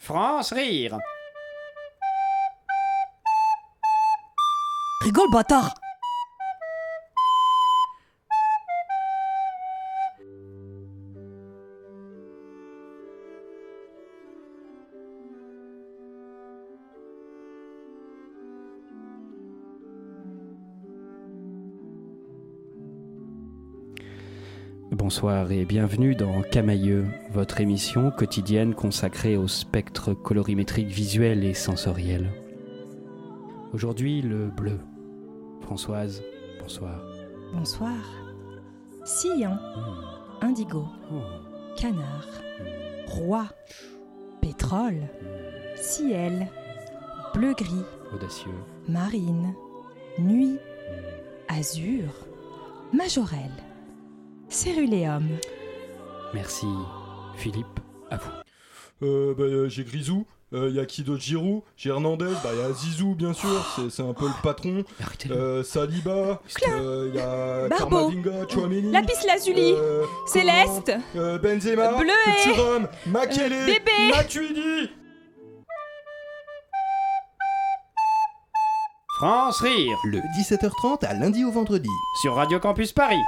France rire. Rigole, bâtard Bonsoir et bienvenue dans Camailleux, votre émission quotidienne consacrée au spectre colorimétrique visuel et sensoriel. Aujourd'hui, le bleu. Françoise, bonsoir. Bonsoir. Sillon, Hmm. indigo, Oh. canard, Hmm. roi, pétrole, ciel, bleu-gris, Audacieux. marine, nuit, Hmm. azur, majorelle, céruléum, Merci. Philippe, à vous. Euh, bah, euh, j'ai Grisou, il y a qui d'autre Giroud, j'ai Hernandez, bah, il y a Zizou bien sûr, c'est, c'est un peu le patron, Arrêtez-le. euh, Saliba, il y a Barbeau. Camavinga, Chouameni, Lapis lazuli, euh, Céleste, comment, euh, Benzema, Bleuet, Thuram, Makélé, euh, Bébé. Matuidi France rire Le 17h30 à lundi au vendredi. sur Radio Campus Paris.